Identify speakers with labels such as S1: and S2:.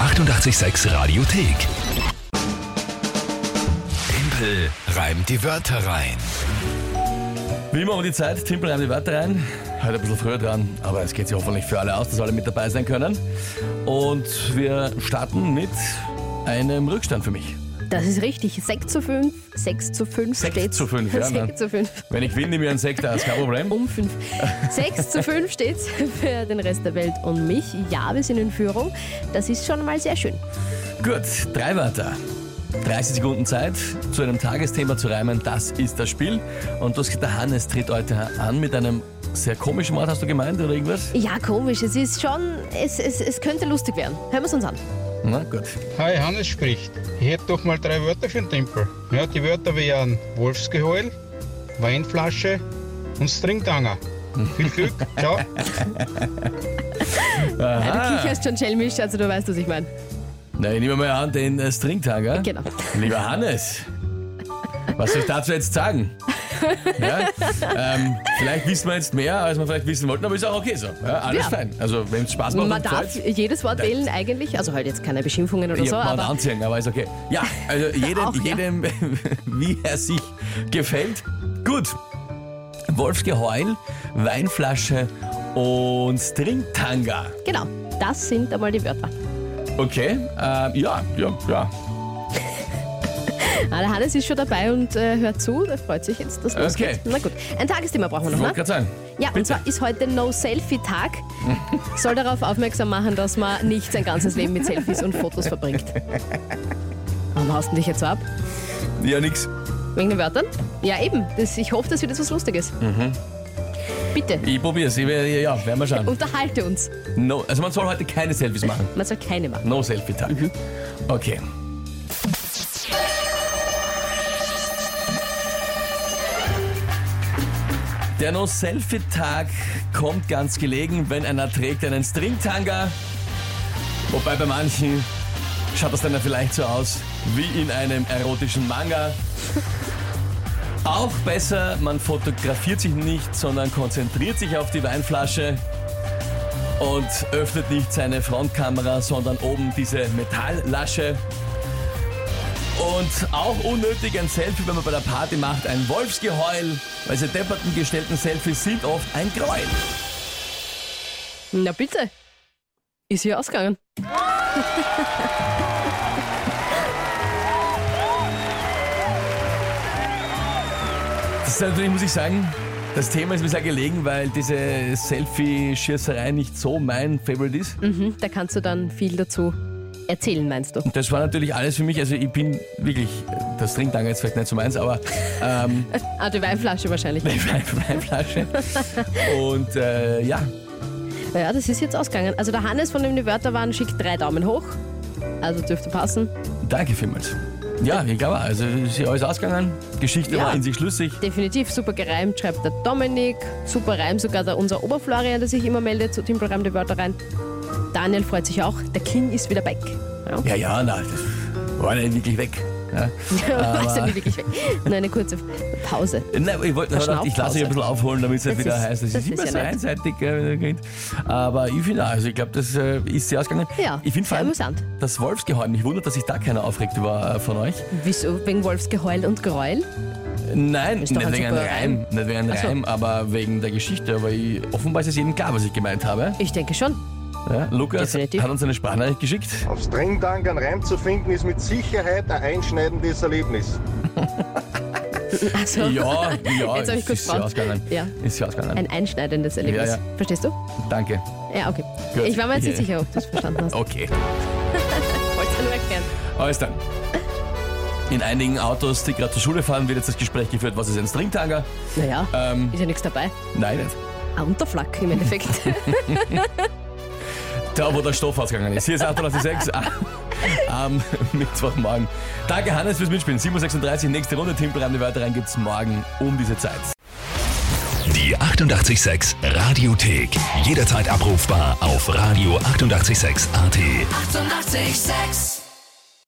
S1: 886 Radiothek. Tempel reimt die Wörter rein.
S2: Wie immer um die Zeit, Timpel reimt die Wörter rein. Heute ein bisschen früher dran, aber es geht sich hoffentlich für alle aus, dass alle mit dabei sein können. Und wir starten mit einem Rückstand für mich.
S3: Das ist richtig. 6 zu 5, 6 zu 5
S2: Sechs
S3: steht's.
S2: zu fünf, ja,
S3: 6
S2: nein.
S3: zu 5.
S2: Wenn ich will, nehme ich einen Sekt, da ist kein Problem.
S3: Um 5. 6 zu 5 steht's für den Rest der Welt und mich. Ja, wir sind in Führung. Das ist schon mal sehr schön.
S2: Gut, drei Wörter. 30 Sekunden Zeit, zu einem Tagesthema zu reimen, das ist das Spiel. Und das geht der Hannes tritt heute an mit einem sehr komischen Wort, hast du gemeint, oder irgendwas?
S3: Ja, komisch. Es ist schon, es, es, es könnte lustig werden. Hören wir es uns an.
S2: Na gut.
S4: Hi, Hannes spricht. Ich hätte doch mal drei Wörter für den Tempel. Ja, die Wörter wären Wolfsgeheul, Weinflasche und Stringtanger. Viel Glück, ciao.
S3: Ja,
S2: Ah.
S3: du kicherst schon schelmisch, also du weißt, was ich meine.
S2: Na, ich nehme mal an den äh, Stringtanger.
S3: Genau.
S2: Lieber Hannes, was soll ich dazu jetzt sagen? Ja, ähm, vielleicht wissen wir jetzt mehr, als wir vielleicht wissen wollten, aber ist auch okay so. Ja, alles
S3: Ja.
S2: fein. Also, wenn es Spaß macht,
S3: Man
S2: und
S3: darf
S2: gefällt,
S3: jedes Wort wählen eigentlich. Also halt jetzt keine Beschimpfungen oder
S2: ja,
S3: so,
S2: man
S3: aber
S2: anziehen, aber ist okay. Ja, also jedem,
S3: Auch, ja.
S2: jedem wie er sich gefällt. Gut. Wolfsgeheul, Weinflasche und Stringtanger.
S3: genau. Das sind einmal die Wörter.
S2: Okay, ähm, ja, ja, ja.
S3: Ah, der Hannes ist schon dabei und äh, hört zu. Der freut sich jetzt, dass losgeht.
S2: Okay.
S3: Na gut. Ein Tagesthema brauchen wir
S2: Ich
S3: noch,
S2: wollte
S3: ne?
S2: gerade sagen.
S3: Ja, und
S2: Bitte.
S3: zwar ist heute No-Selfie-Tag. Soll darauf aufmerksam machen, dass man nicht sein ganzes Leben mit Selfies und Fotos verbringt. Warum haust du dich jetzt so ab?
S2: Ja, nix.
S3: Wegen den Wörtern? Ja, eben. Das, ich hoffe, das wird jetzt was Lustiges. Bitte,
S2: Ich probier's. Ich, werd- ja, werden wir schauen.
S3: unterhalte uns.
S2: No, also man soll heute keine Selfies machen.
S3: Man soll keine machen.
S2: No Selfie Tag. Okay. Der No Selfie Tag kommt ganz gelegen, wenn einer trägt einen Stringtanga. Wobei bei manchen schaut das dann ja vielleicht so aus wie in einem erotischen Manga. Auch besser, man fotografiert sich nicht, sondern konzentriert sich auf die Weinflasche und öffnet nicht seine Frontkamera, sondern oben diese Metalllasche. Und auch unnötig ein Selfie, wenn man bei der Party macht, ein Wolfsgeheul, weil diese depperten gestellten Selfies sind oft ein Gräuel.
S3: Na bitte. Ist hier ausgegangen.
S2: Das ist natürlich, muss ich sagen, das Thema ist mir sehr gelegen, weil diese Selfie-Schießerei nicht so mein Favorite ist.
S3: Mhm, da kannst du dann viel dazu erzählen, meinst du?
S2: Das war natürlich alles für mich, also ich bin wirklich, das Trinktanker jetzt vielleicht nicht so meins, aber ähm,
S3: Ah, die Weinflasche wahrscheinlich.
S2: die Wein- Weinflasche. Und äh, ja,
S3: Ja, das ist jetzt ausgegangen. Also der Hannes, von dem die Wörter waren, schickt drei Daumen hoch. Also dürfte passen.
S2: Danke vielmals. Ja, ich glaube, auch. also ist ja alles ausgegangen. Geschichte
S3: Ja.
S2: war in sich schlüssig.
S3: Definitiv super gereimt, schreibt der Dominik. Super Reim sogar der, unser Oberflorian, der sich immer meldet zu Timpel Reim die Wörter rein. Daniel freut sich auch. Der King ist wieder back. Ja.
S2: Ja, ja, na, das war nicht wirklich weg. Ja.
S3: Weiß ja nicht wirklich weg. Nur eine kurze Pause.
S2: Nein, ich wollte nur gedacht, ich lasse euch ein bisschen aufholen, damit es nicht
S3: Das
S2: wieder
S3: ist-
S2: heißt, es
S3: das
S2: ist
S3: ist
S2: immer
S3: ja
S2: so
S3: nett.
S2: einseitig. äh, irgendwie. Aber ich finde, auch, also ich glaube, das äh, ist sehr ausgegangen.
S3: Ja,
S2: ich finde
S3: sehr
S2: vor allem
S3: amüsant.
S2: das Wolfsgeheul. Mich wundert, dass sich da keiner aufregt über, äh, von euch.
S3: Wieso? Wegen Wolfsgeheul und Gräuel?
S2: Nein,
S3: Ist
S2: nicht
S3: doch
S2: wegen
S3: ein
S2: einem
S3: super
S2: Reim,
S3: Reim.
S2: nicht wegen einem
S3: Ach so.
S2: Reim, aber wegen der Geschichte. Aber ich, offenbar ist es jedem klar, was ich gemeint habe.
S3: Ich denke schon.
S2: Ja, Lukas
S3: Definitiv.
S2: hat uns eine Sprachnachricht geschickt.
S5: Auf Stringdank einen Reim zu finden, ist mit Sicherheit ein einschneidendes Erlebnis.
S3: Also,
S2: Ja, ja,
S3: Jetzt hab ich kurz
S2: ist ja
S3: gefragt.
S2: ausgegangen.
S3: Ja.
S2: Ist ja ausgegangen.
S3: ein einschneidendes Erlebnis.
S2: Ja,
S3: Verstehst du?
S2: Danke.
S3: Ja, okay.
S2: Gut.
S3: Ich war mir jetzt nicht
S2: Okay.
S3: sicher, ob du es verstanden hast.
S2: Okay.
S3: Wollte es nur erklären.
S2: Alles dann. In einigen Autos, die gerade zur Schule fahren, wird jetzt das Gespräch geführt, was ist ein Stringtanger?
S3: Naja,
S2: Ähm,
S3: ist ja nichts dabei. Ah,
S2: nein, nicht.
S3: Ein Unterflack im Endeffekt.
S2: Da, wo der Stoff ausgegangen ist. Hier ist 886 am Mittwochmorgen. Danke, Hannes, fürs Mitspielen. 7.36 Uhr, nächste Runde. Timpelreim, die weiter rein gibt's morgen um diese Zeit.
S1: Die 886 Radiothek. Jederzeit abrufbar auf radio886.at. 886!
S6: 886